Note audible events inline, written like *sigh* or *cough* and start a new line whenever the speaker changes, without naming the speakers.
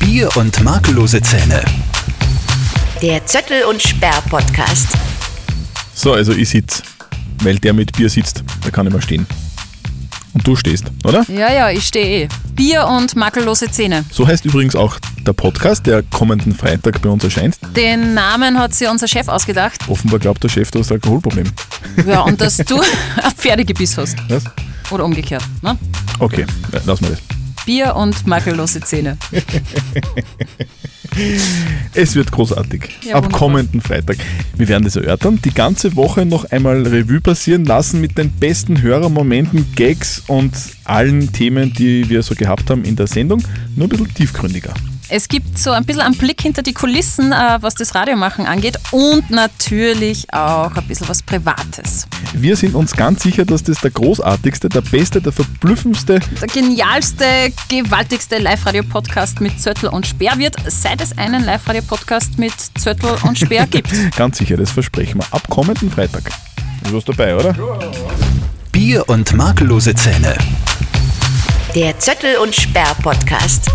Gier und makellose Zähne.
Der Zöttel und Sperr Podcast.
So, also ich sitz, weil der mit Bier sitzt, der kann immer stehen. Und du stehst, oder?
Ja, ja, ich stehe eh. Bier und makellose Zähne.
So heißt übrigens auch der Podcast, der kommenden Freitag bei uns erscheint.
Den Namen hat sich unser Chef ausgedacht.
Offenbar glaubt der Chef, du hast ein Alkoholproblem.
Ja, und dass du *laughs* ein Pferdegebiss hast.
Was?
Oder umgekehrt. Ne?
Okay, äh, lass mal das.
Bier und makellose Zähne.
Es wird großartig.
Ja,
Ab
wunderbar.
kommenden Freitag. Wir werden das erörtern, die ganze Woche noch einmal Revue passieren lassen mit den besten Hörermomenten, Gags und allen Themen, die wir so gehabt haben in der Sendung. Nur ein bisschen tiefgründiger.
Es gibt so ein bisschen einen Blick hinter die Kulissen, äh, was das Radiomachen angeht. Und natürlich auch ein bisschen was Privates.
Wir sind uns ganz sicher, dass das der großartigste, der beste, der verblüffendste
Der genialste, gewaltigste Live-Radio-Podcast mit Zöttel und Speer wird, seit es einen Live-Radio-Podcast mit Zöttel und Speer gibt.
Ganz sicher, das versprechen wir. Ab kommenden Freitag. Du warst dabei, oder?
Bier und makellose Zähne.
Der Zöttel und Sperr Podcast.